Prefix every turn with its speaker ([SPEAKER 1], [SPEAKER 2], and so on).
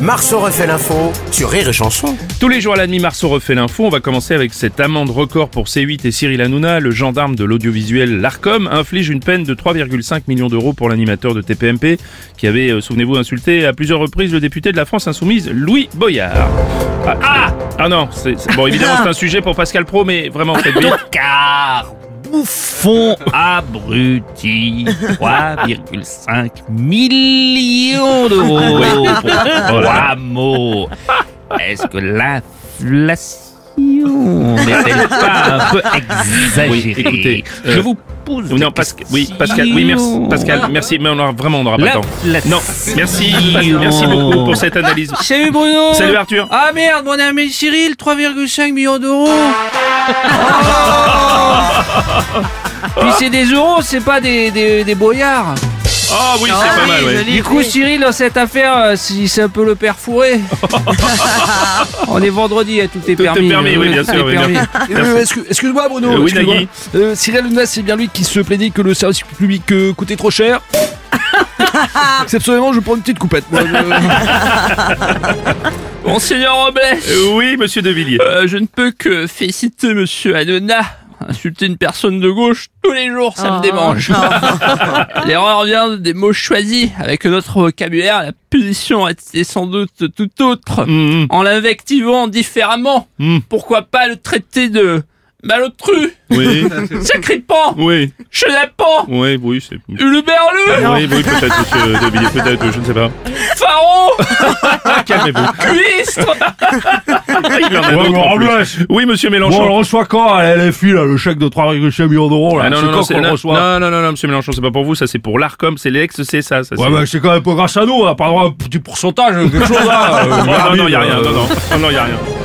[SPEAKER 1] Marceau refait l'info sur Rire et Chanson.
[SPEAKER 2] Tous les jours à la demi, Marceau refait l'info. On va commencer avec cette amende record pour C8 et Cyril Hanouna. Le gendarme de l'audiovisuel, l'ARCOM, inflige une peine de 3,5 millions d'euros pour l'animateur de TPMP qui avait, euh, souvenez-vous, insulté à plusieurs reprises le député de la France Insoumise, Louis Boyard. Ah, ah, ah non, c'est, c'est- bon, évidemment, c'est un sujet pour Pascal Pro, mais vraiment, faites vite.
[SPEAKER 3] Car bouffon abruti 3,5 millions d'euros pour trois mots. Est-ce que l'inflation n'est-elle pas un peu exagérée
[SPEAKER 2] Oui, écoutez, euh,
[SPEAKER 3] je vous pose des
[SPEAKER 2] Non, Pascal, oui, Pascal, oui, merci,
[SPEAKER 3] questions.
[SPEAKER 2] Pascal, merci, mais on aura vraiment, on aura pas le temps.
[SPEAKER 3] L'inflation.
[SPEAKER 2] Non, merci, merci beaucoup pour cette analyse.
[SPEAKER 4] Salut Bruno
[SPEAKER 2] Salut Arthur.
[SPEAKER 4] Ah merde, mon ami Cyril, 3,5 millions d'euros Oh Puis c'est des euros, c'est pas des, des, des boyards
[SPEAKER 2] Oh oui, c'est pas mal, ouais.
[SPEAKER 4] Du coup Cyril, dans cette affaire, euh, si c'est un peu le père fourré On est vendredi, hein, tout est
[SPEAKER 2] Tout est
[SPEAKER 4] permis
[SPEAKER 2] permis, oui, bien sûr,
[SPEAKER 4] tout est
[SPEAKER 2] oui, bien
[SPEAKER 4] permis.
[SPEAKER 5] Euh, excu- Excuse-moi Bruno.
[SPEAKER 2] Euh, oui,
[SPEAKER 5] excuse-moi.
[SPEAKER 2] Nagui.
[SPEAKER 5] Euh, Cyril Hanouna, c'est bien lui qui se plaignait que le service public euh, coûtait trop cher. Exceptionnellement, je prends une petite coupette. Euh, moi, je-
[SPEAKER 3] Monseigneur Robles,
[SPEAKER 2] Euh, Oui, monsieur De Villiers.
[SPEAKER 3] Euh, je ne peux que féliciter Monsieur Hanouna. Insulter une personne de gauche tous les jours, ça me démange. L'erreur vient des mots choisis. Avec notre vocabulaire, la punition a été sans doute tout autre.
[SPEAKER 2] Mhm.
[SPEAKER 3] En l'invectivant différemment,
[SPEAKER 2] Mm.
[SPEAKER 3] pourquoi pas le traiter de malotru,
[SPEAKER 2] Oui,
[SPEAKER 3] sacripant,
[SPEAKER 2] oui,
[SPEAKER 3] chenapan,
[SPEAKER 2] oui, oui,
[SPEAKER 6] Euh,
[SPEAKER 2] c'est. Oui,
[SPEAKER 3] huluberlu,
[SPEAKER 2] oui, peut-être, monsieur De Villiers, peut-être, je ne sais pas.
[SPEAKER 3] pharaon,
[SPEAKER 2] Ah, calmez-vous.
[SPEAKER 3] cuistre.
[SPEAKER 6] Ah,
[SPEAKER 2] Il en a d'autres en plus. Oui, monsieur
[SPEAKER 6] Bon, on le
[SPEAKER 2] Mélenchon.
[SPEAKER 6] reçoit quand à la LFI, là, le chèque de 3,5 millions d'euros, là
[SPEAKER 2] Ah, non,
[SPEAKER 6] C'est
[SPEAKER 2] non, non,
[SPEAKER 6] quand
[SPEAKER 2] c'est-
[SPEAKER 6] qu'on le
[SPEAKER 2] non,
[SPEAKER 6] reçoit
[SPEAKER 2] non, non, non, non, monsieur Mélenchon, c'est pas pour vous, ça c'est pour l'ARCOM, c'est l'ex, c'est ça. ça
[SPEAKER 6] Ouais,
[SPEAKER 2] c'est-
[SPEAKER 6] mais Ah ben, c'est quand même pas grâce à nous, on a pas le droit à un petit pourcentage, quelque chose, là. euh,
[SPEAKER 2] Oh, non,
[SPEAKER 6] Garbi,
[SPEAKER 2] non, y a
[SPEAKER 6] là,
[SPEAKER 2] rien,
[SPEAKER 6] euh,
[SPEAKER 2] non, non, non, non, y a rien.